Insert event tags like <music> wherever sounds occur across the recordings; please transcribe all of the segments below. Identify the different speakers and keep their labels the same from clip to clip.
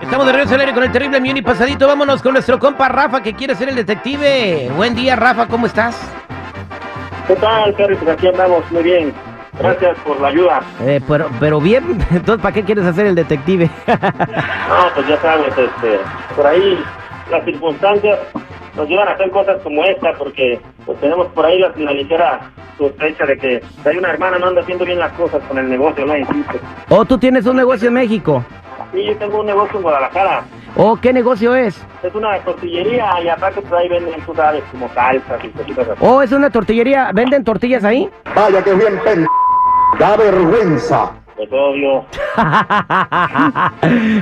Speaker 1: Estamos de regreso al aire con el terrible Mioni Pasadito. Vámonos con nuestro compa Rafa, que quiere ser el detective. Buen día, Rafa, ¿cómo estás?
Speaker 2: ¿Qué tal, Terry? Pues aquí andamos, muy bien. Gracias por la ayuda.
Speaker 1: Eh, pero, pero bien, <laughs> entonces, ¿para qué quieres hacer el detective? <laughs>
Speaker 2: No, pues ya sabes, este, por ahí las circunstancias nos llevan a hacer cosas como esta, porque pues, tenemos por ahí la, la ligera sospecha de que hay una hermana no anda haciendo bien las cosas con el negocio, ¿no? Insisto.
Speaker 1: ¿O Oh, tú tienes un negocio en México?
Speaker 2: Sí, yo tengo un negocio en Guadalajara.
Speaker 1: ¿O qué negocio es?
Speaker 2: Es una tortillería y aparte por ahí venden, tú sabes, como salsas y cositas así.
Speaker 1: ¿O Oh, es una tortillería? ¿Venden tortillas ahí? <laughs>
Speaker 3: Vaya que bien pen... Da vergüenza.
Speaker 2: Pues obvio.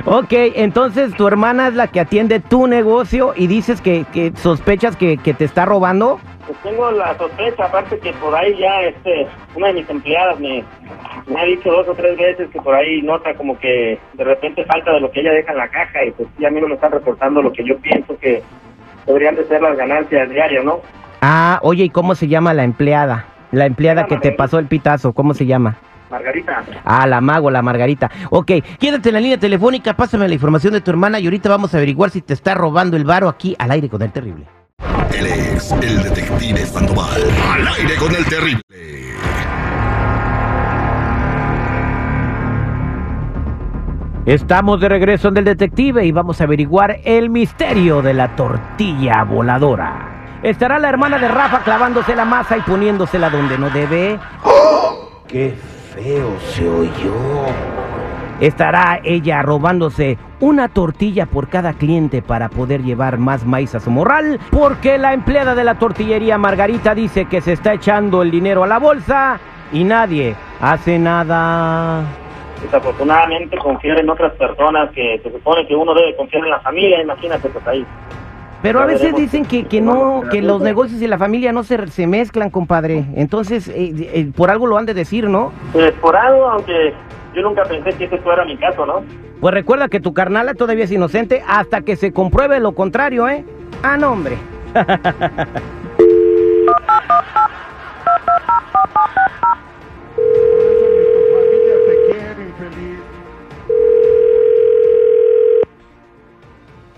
Speaker 1: ok, entonces tu hermana es la que atiende tu negocio y dices que, que sospechas que, que te está robando.
Speaker 2: Pues tengo la sospecha, aparte que por ahí ya este, una de mis empleadas me, me ha dicho dos o tres veces que por ahí nota como que de repente falta de lo que ella deja en la caja y pues sí, a mí no me están reportando lo que yo pienso que deberían de ser las ganancias diarias, ¿no?
Speaker 1: Ah, oye, ¿y cómo se llama la empleada? La empleada que te pasó el pitazo, ¿cómo se llama?
Speaker 2: Margarita.
Speaker 1: Ah, la mago, la Margarita. Ok, quédate en la línea telefónica, pásame la información de tu hermana y ahorita vamos a averiguar si te está robando el varo aquí al aire con el terrible.
Speaker 4: Él es el detective Sandoval. Al aire con el terrible.
Speaker 1: Estamos de regreso en el detective y vamos a averiguar el misterio de la tortilla voladora. ¿Estará la hermana de Rafa clavándose la masa y poniéndosela donde no debe?
Speaker 5: ¡Qué feo se oyó!
Speaker 1: ¿Estará ella robándose una tortilla por cada cliente para poder llevar más maíz a su morral? Porque la empleada de la tortillería Margarita dice que se está echando el dinero a la bolsa y nadie hace nada.
Speaker 2: Desafortunadamente confiar en otras personas que se supone que uno debe confiar en la familia, imagínate pues ahí.
Speaker 1: Pero a
Speaker 2: Ya
Speaker 1: veces
Speaker 2: veremos.
Speaker 1: dicen que, que no, que los negocios y la familia no se, se mezclan, compadre. Entonces, eh, eh, por algo lo han de decir, ¿no?
Speaker 2: Pues por algo, aunque yo nunca pensé que este fuera mi caso, ¿no?
Speaker 1: Pues recuerda que tu carnala todavía es inocente hasta que se compruebe lo contrario, ¿eh? Ah, no, hombre.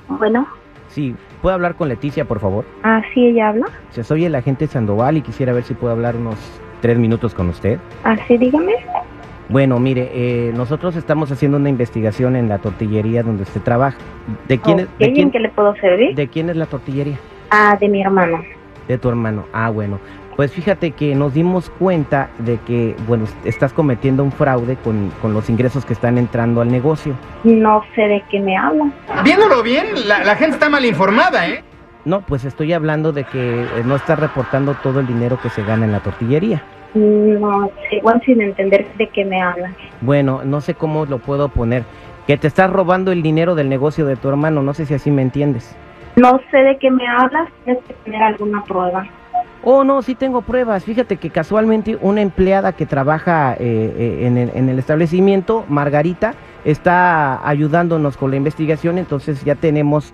Speaker 6: Bueno,
Speaker 1: Sí, ¿puedo hablar con Leticia, por favor?
Speaker 6: así ella habla.
Speaker 1: Yo soy el agente Sandoval y quisiera ver si puedo hablar unos tres minutos con usted.
Speaker 6: Así dígame.
Speaker 1: Bueno, mire, eh, nosotros estamos haciendo una investigación en la tortillería donde usted trabaja. ¿De quién, es-
Speaker 6: Ok,
Speaker 1: de quién-
Speaker 6: ¿En qué le puedo servir?
Speaker 1: de quién es la tortillería?
Speaker 6: Ah, de mi hermano.
Speaker 1: De tu hermano. Ah, bueno. Pues fíjate que nos dimos cuenta de que, bueno, estás cometiendo un fraude con, con los ingresos que están entrando al negocio.
Speaker 6: No sé de qué me habla.
Speaker 7: Viéndolo bien, la, la gente está mal informada, ¿eh?
Speaker 1: No, pues estoy hablando de que eh, no estás reportando todo el dinero que se gana en la tortillería.
Speaker 6: No igual sin entender de qué me habla.
Speaker 1: Bueno, no sé cómo lo puedo poner. Que te estás robando el dinero del negocio de tu hermano, no sé si así me entiendes.
Speaker 6: No sé de qué me hablas, tienes que tener alguna prueba.
Speaker 1: Oh, no, sí tengo pruebas. Fíjate que casualmente una empleada que trabaja eh, eh, en, el, en el establecimiento, Margarita, está ayudándonos con la investigación, entonces ya tenemos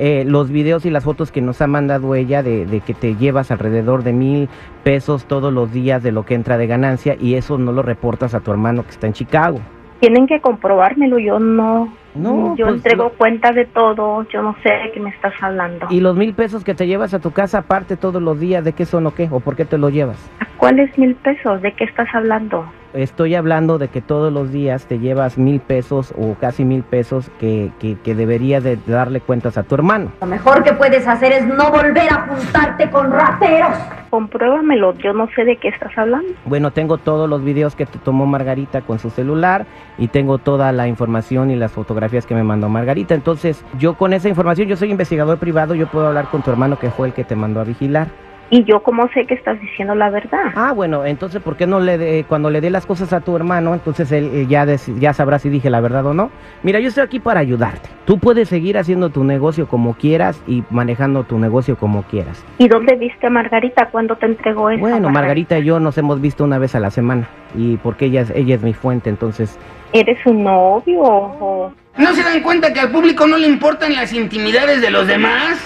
Speaker 1: eh, los videos y las fotos que nos ha mandado ella de, de que te llevas alrededor de mil pesos todos los días de lo que entra de ganancia y eso no lo reportas a tu hermano que está en Chicago.
Speaker 6: Tienen que comprobármelo, yo no.
Speaker 1: No,
Speaker 6: yo
Speaker 1: pues,
Speaker 6: entrego cuentas de todo, yo no sé de qué me estás hablando.
Speaker 1: ¿Y los mil pesos que te llevas a tu casa aparte todos los días, de qué son o qué? ¿O por qué te lo llevas?
Speaker 6: ¿Cuáles mil pesos? ¿De qué estás hablando?
Speaker 1: Estoy hablando de que todos los días te llevas mil pesos o casi mil pesos que, que, que deberías de darle cuentas a tu hermano.
Speaker 8: Lo mejor que puedes hacer es no volver a juntarte con rateros.
Speaker 6: Compruébamelo, yo no sé de qué estás hablando.
Speaker 1: Bueno, tengo todos los videos que te tomó Margarita con su celular y tengo toda la información y las fotografías que me mandó Margarita. Entonces, yo con esa información, yo soy investigador privado, yo puedo hablar con tu hermano que fue el que te mandó a vigilar.
Speaker 6: ¿Y yo cómo sé que estás diciendo la verdad?
Speaker 1: Ah, bueno, entonces, ¿por qué no le de- cuando le dé las cosas a tu hermano, entonces él, eh, ya, deci- ya sabrá si dije la verdad o no? Mira, yo estoy aquí para ayudarte. Tú puedes seguir haciendo tu negocio como quieras y manejando tu negocio como quieras.
Speaker 6: ¿Y dónde viste a Margarita cuando te entregó eso?
Speaker 1: Bueno, Margarita y yo nos hemos visto una vez a la semana y porque ella es, ella es mi fuente, entonces,
Speaker 6: ¿Eres un novio o
Speaker 7: ¿No se dan cuenta que al público no le importan las intimidades de los demás?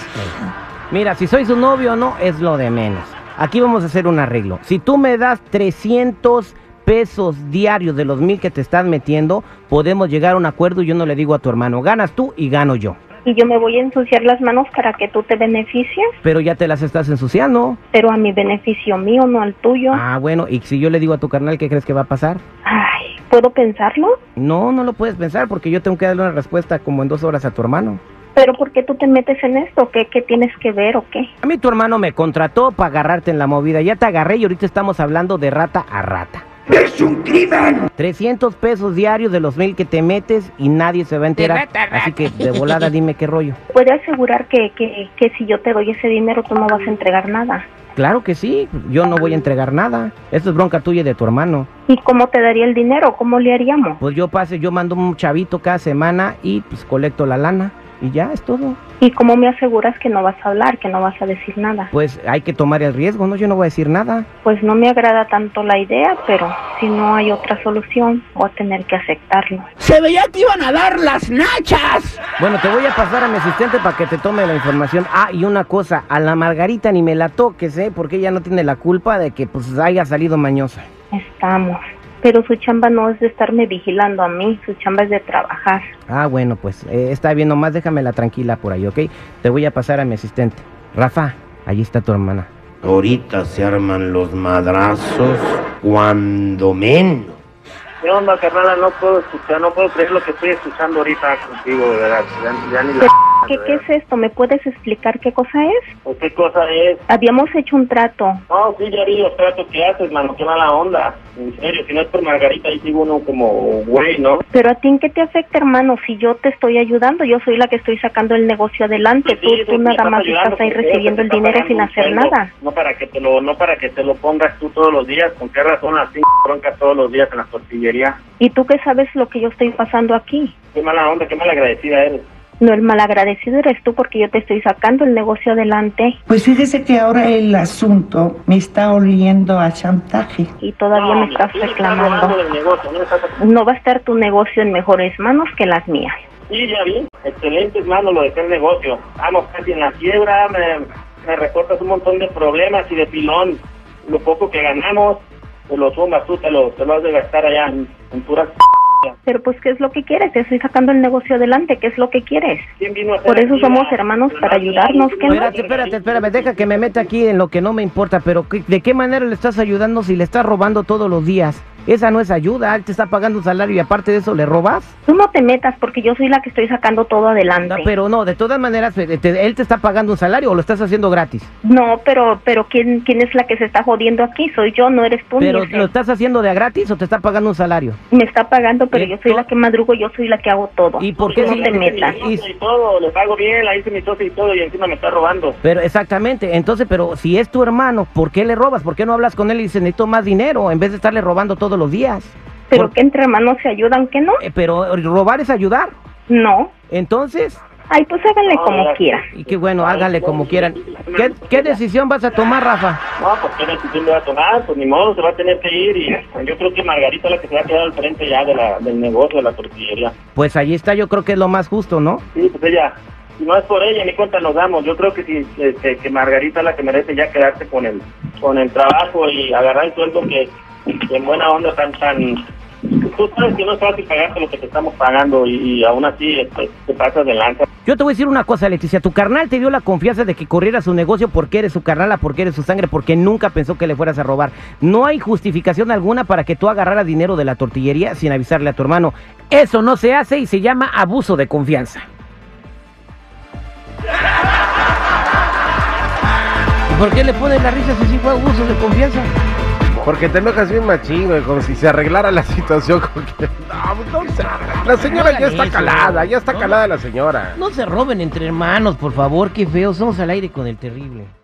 Speaker 1: mira, si soy su novio o no, es lo de menos. Aquí vamos a hacer un arreglo. Si tú me das 300 pesos diarios de los mil que te estás metiendo, podemos llegar a un acuerdo y yo no le digo a tu hermano, ganas tú y gano yo.
Speaker 6: Y yo me voy a ensuciar las manos para que tú te beneficies,
Speaker 1: Pero ya te las estás ensuciando.
Speaker 6: pero a mi beneficio mío, no al tuyo.
Speaker 1: Ah, bueno, y si yo le digo a tu carnal, ¿qué crees que va a pasar?
Speaker 6: Ay, ¿puedo pensarlo?
Speaker 1: No, no lo puedes pensar porque yo tengo que darle una respuesta como en dos horas a tu hermano.
Speaker 6: ¿Pero por qué tú te metes en esto? ¿Qué, qué tienes que ver o qué?
Speaker 1: A mí tu hermano me contrató para agarrarte en la movida. Ya te agarré y ahorita estamos hablando de rata a rata.
Speaker 5: ¡Es un crimen!
Speaker 1: 300 pesos diarios de los mil que te metes y nadie se va a enterar.
Speaker 7: rata a rata.
Speaker 1: Así que de
Speaker 7: <laughs>
Speaker 1: volada dime qué rollo.
Speaker 6: ¿Puede asegurar que, que, que si yo te doy ese dinero tú no vas a entregar nada?
Speaker 1: Claro que sí, yo no voy a entregar nada. Esto es bronca tuya y de tu hermano.
Speaker 6: ¿Y cómo te daría el dinero? ¿Cómo le haríamos?
Speaker 1: Pues yo pase, yo mando un chavito cada semana y pues colecto la lana. Y ya es todo.
Speaker 6: ¿Y cómo me aseguras que no vas a hablar, que no vas a decir nada?
Speaker 1: Pues hay que tomar el riesgo, ¿no? Yo no voy a decir nada.
Speaker 6: Pues no me agrada tanto la idea, pero si no hay otra solución, voy a tener que aceptarlo.
Speaker 7: Se veía que iban a dar las nachas.
Speaker 1: Bueno, te voy a pasar a mi asistente para que te tome la información. Ah, y una cosa, a la Margarita ni me la toques, ¿eh? Porque ella no tiene la culpa de que pues haya salido mañosa.
Speaker 6: Estamos. Pero su chamba no es de estarme vigilando a mí, su chamba es de trabajar.
Speaker 1: Ah, bueno, pues eh, está bien, nomás déjamela tranquila por ahí, ¿ok? Te voy a pasar a mi asistente. Rafa, allí está tu hermana.
Speaker 5: Ahorita se arman los madrazos cuando menos.
Speaker 2: ¿Qué onda, carnal? No puedo escuchar, no puedo creer lo que estoy escuchando ahorita contigo, de verdad. Ya, ya ni la...
Speaker 6: ¿Qué,
Speaker 2: de
Speaker 6: ¿Qué
Speaker 2: verdad.
Speaker 6: es esto? ¿Me puedes explicar qué cosa es?
Speaker 2: ¿O ¿Qué cosa es?
Speaker 6: Habíamos hecho un trato.
Speaker 2: No, sí, ya vi los tratos que haces, mano, qué mala onda. En serio, si no es por Margarita, ahí sigo uno como güey, ¿no?
Speaker 6: Pero a ti en qué te afecta, hermano, si yo te estoy ayudando, yo soy la que estoy sacando el negocio adelante,
Speaker 2: Sí,
Speaker 6: tú,
Speaker 2: sí,
Speaker 6: tú
Speaker 2: me
Speaker 6: nada más
Speaker 2: ayudando
Speaker 6: estás ahí
Speaker 2: porque
Speaker 6: recibiendo
Speaker 2: te
Speaker 6: el
Speaker 2: está
Speaker 6: dinero
Speaker 2: pagando
Speaker 6: sin
Speaker 2: un
Speaker 6: hacer
Speaker 2: sueldo.
Speaker 6: nada.
Speaker 2: No para que te lo, no para que te lo pongas tú todos los días, con qué razón las cinco broncas todos los días en la tortillería.
Speaker 6: ¿Y tú qué sabes lo que yo estoy pasando aquí?
Speaker 2: Qué mala onda, qué mala agradecida eres.
Speaker 6: No, el malagradecido eres tú porque yo te estoy sacando el negocio adelante
Speaker 9: Pues fíjese que ahora el asunto me está oliendo a chantaje.
Speaker 6: y todavía
Speaker 2: No,
Speaker 6: me estás
Speaker 2: tú me Ah, robando
Speaker 6: reclamando.
Speaker 2: del negocio, no me estás
Speaker 6: No va a estar tu negocio en mejores manos que las mías.
Speaker 2: Sí, ya vi. Excelente, hermano, lo de ser negocio. Vamos casi en la quiebra, me, me recortas un montón de problemas y de pilón. Lo poco que ganamos, te lo sumas tú, te lo, te lo has de gastar allá en, en puras... p***as.
Speaker 6: Pero pues, ¿qué es lo que quieres? Te estoy sacando el negocio adelante, ¿qué es lo que quieres?
Speaker 2: ¿Quién vino a hacer
Speaker 6: Por eso
Speaker 2: aquí
Speaker 6: somos
Speaker 2: la-
Speaker 6: hermanos,
Speaker 2: la-
Speaker 6: para ayudarnos, ¿qué no?
Speaker 1: Espérate, espérate, espérate, deja que me meta aquí en lo que no me importa, pero ¿qué- ¿de qué manera le estás ayudando si le estás robando todos los días? Esa no es ayuda, él te está pagando un salario y aparte de eso le robas.
Speaker 6: Tú no te metas porque yo soy la que estoy sacando todo adelante.
Speaker 1: No, pero no, de todas maneras, eh, te- él te está pagando un salario o lo estás haciendo gratis.
Speaker 6: No, pero, pero ¿quién, ¿quién es la que se está jodiendo aquí? Soy yo, no eres tú. ni
Speaker 1: Pero
Speaker 6: es
Speaker 1: lo
Speaker 6: él.
Speaker 1: estás haciendo de a gratis o te está pagando un salario.
Speaker 6: Me está pagando, pero
Speaker 1: ¿Y
Speaker 6: yo soy la
Speaker 1: esto?
Speaker 6: que madrugo, yo soy la que hago todo.
Speaker 1: ¿Y por qué
Speaker 6: no
Speaker 1: si-
Speaker 6: te metas?
Speaker 1: y-
Speaker 2: Y todo, le pago bien, la hice mi socio y todo, y encima me está robando.
Speaker 1: Pero exactamente, entonces, pero si es tu hermano, ¿por qué le robas? ¿Por qué no hablas con él y dices necesito más dinero en vez de estarle robando todos los días?
Speaker 6: Pero
Speaker 1: por-
Speaker 6: que entre hermanos se ayudan, que no?
Speaker 1: Eh, pero robar es ayudar.
Speaker 6: No.
Speaker 1: Entonces,
Speaker 6: Ay, pues háganle
Speaker 2: No,
Speaker 6: como
Speaker 2: Ah, gracias.
Speaker 6: quieran.
Speaker 1: y qué bueno, háganle como quieran. ¿Qué, qué decisión vas a tomar, Rafa?
Speaker 2: No, pues qué decisión le va a tomar, pues ni modo, se va a tener que ir. Y yo creo que Margarita es la que se va a quedar al frente ya de la, del negocio, de la tortillería.
Speaker 1: Pues allí está, yo creo que es lo más justo, ¿no?
Speaker 2: Sí, pues ella, si no es por ella, ni cuenta nos damos. Yo creo que si este, que Margarita es la que merece ya quedarse con el, con el trabajo y agarrar el sueldo que, que en buena onda tan, tan... Tú sabes que no es fácil pagarte lo que te estamos pagando y, y aún así este, te pasas de lanza.
Speaker 1: Yo te voy a decir una cosa, Leticia. Tu carnal te dio la confianza de que corriera su negocio porque eres su carnala, porque eres su sangre, porque nunca pensó que le fueras a robar. No hay justificación alguna para que tú agarraras dinero de la tortillería sin avisarle a tu hermano. Eso no se hace y se llama abuso de confianza. ¿Y por qué le ponen la risa si sí fue abuso de confianza?
Speaker 10: Porque te enojas bien machín, güey, como si se arreglara la <laughs> situación con que... No, pues, no se arregla. La señora ya
Speaker 1: hagan
Speaker 10: está
Speaker 1: eso.
Speaker 10: calada, ya está
Speaker 1: No.
Speaker 10: calada la señora.
Speaker 1: No se roben entre hermanos, por favor, qué feo. Somos al aire con el terrible.